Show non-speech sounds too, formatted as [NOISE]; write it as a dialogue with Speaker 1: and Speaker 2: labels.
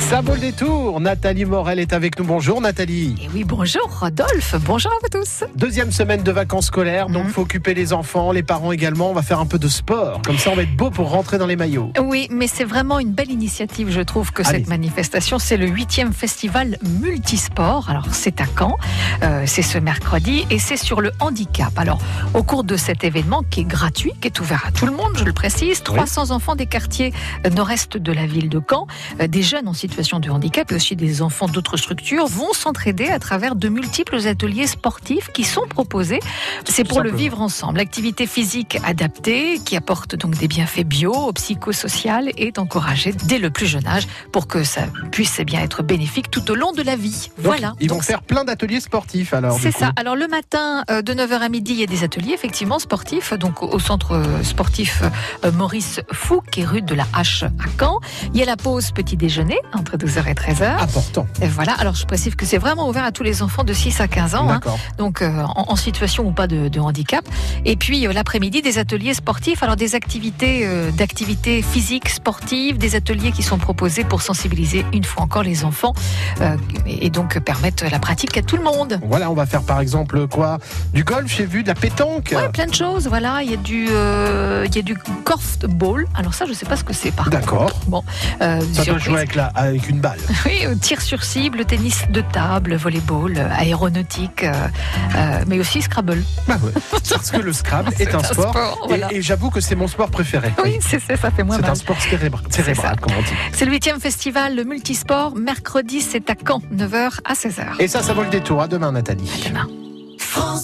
Speaker 1: Ça vaut le détour. Nathalie Morel est avec nous. Bonjour Nathalie.
Speaker 2: Et Eh oui, bonjour Rodolphe, bonjour à vous tous.
Speaker 1: Deuxième semaine de vacances scolaires, donc
Speaker 2: Mhm.
Speaker 1: faut occuper les enfants, les parents également. On va faire un peu de sport. Comme ça, on va être beau pour rentrer dans les maillots.
Speaker 2: Oui, mais c'est vraiment une belle initiative, je trouve, que
Speaker 1: Allez.
Speaker 2: cette manifestation. C'est le huitième festival multisport. Alors, c'est à Caen, euh, c'est ce mercredi, et c'est sur le handicap. Alors, au cours de cet événement qui est gratuit, qui est ouvert à tout le monde, je le précise, 300 enfants des quartiers euh, nord-est de la ville de Caen, euh, des jeunes en situation de handicap et aussi des enfants d'autres structures vont s'entraider à travers de multiples ateliers sportifs qui sont proposés. C'est
Speaker 1: Tout
Speaker 2: pour le
Speaker 1: simplement.
Speaker 2: vivre ensemble. L'activité physique adaptée qui apporte donc des bienfaits bio, psychosocial est encouragée dès le plus jeune âge pour que ça puisse eh bien être bénéfique tout au long de la vie.
Speaker 1: Donc,
Speaker 2: voilà.
Speaker 1: Ils vont
Speaker 2: Donc,
Speaker 1: faire plein d'ateliers sportifs alors. du
Speaker 2: c'est
Speaker 1: coup.
Speaker 2: ça. Alors le matin, euh, de 9h à midi, il y a des ateliers effectivement sportifs, donc au- au centre euh, sportif euh, Maurice Fou, qui est rue de la Hache à Caen. Il y a la pause petit déjeuner entre 12h et 13h.
Speaker 1: Ah. Important.
Speaker 2: Et voilà, alors je précise que c'est vraiment ouvert à tous les enfants de 6 à 15 ans, hein.
Speaker 1: D'accord.
Speaker 2: donc euh, en, en situation ou pas de, de handicap. Et puis euh, l'après-midi, des ateliers sportifs, alors des activités euh, d'activités physiques, sportives, des ateliers qui sont proposés pour sensibiliser une fois encore les enfants euh, et et donc euh, permettre la pratique à tout le monde.
Speaker 1: Voilà, on va faire par exemple quoi Du golf, j'ai vu, de la pétanque.
Speaker 2: Ouais, plein de choses, voilà. Il y a du, euh, il y a du korfball. Alors ça, je sais pas ce que c'est par
Speaker 1: D'accord.
Speaker 2: contre. Bon, euh,
Speaker 1: Ça doit
Speaker 2: surprise.
Speaker 1: jouer avec, la, avec une balle.
Speaker 2: [LAUGHS] Oui, euh, tir sur cible, tennis de table, volleyball, euh, aéronautique, euh, euh, mais aussi Scrabble.
Speaker 1: Bah ouais. Parce que le Scrabble est, un,
Speaker 2: [LAUGHS]
Speaker 1: sport. Et-
Speaker 2: voilà.
Speaker 1: Et, j'avoue que c'est mon sport préféré.
Speaker 2: Oui, bah. c'est ça, ça fait moins
Speaker 1: C'est
Speaker 2: mal.
Speaker 1: un sport cérébra- cérébral, comme on dit.
Speaker 2: C'est le huitième festival le multisport. Mercredi, c'est à Caen, 9h à 16h.
Speaker 1: Et ça, ça vaut le détour. À demain, Nathalie.
Speaker 2: demain.
Speaker 3: France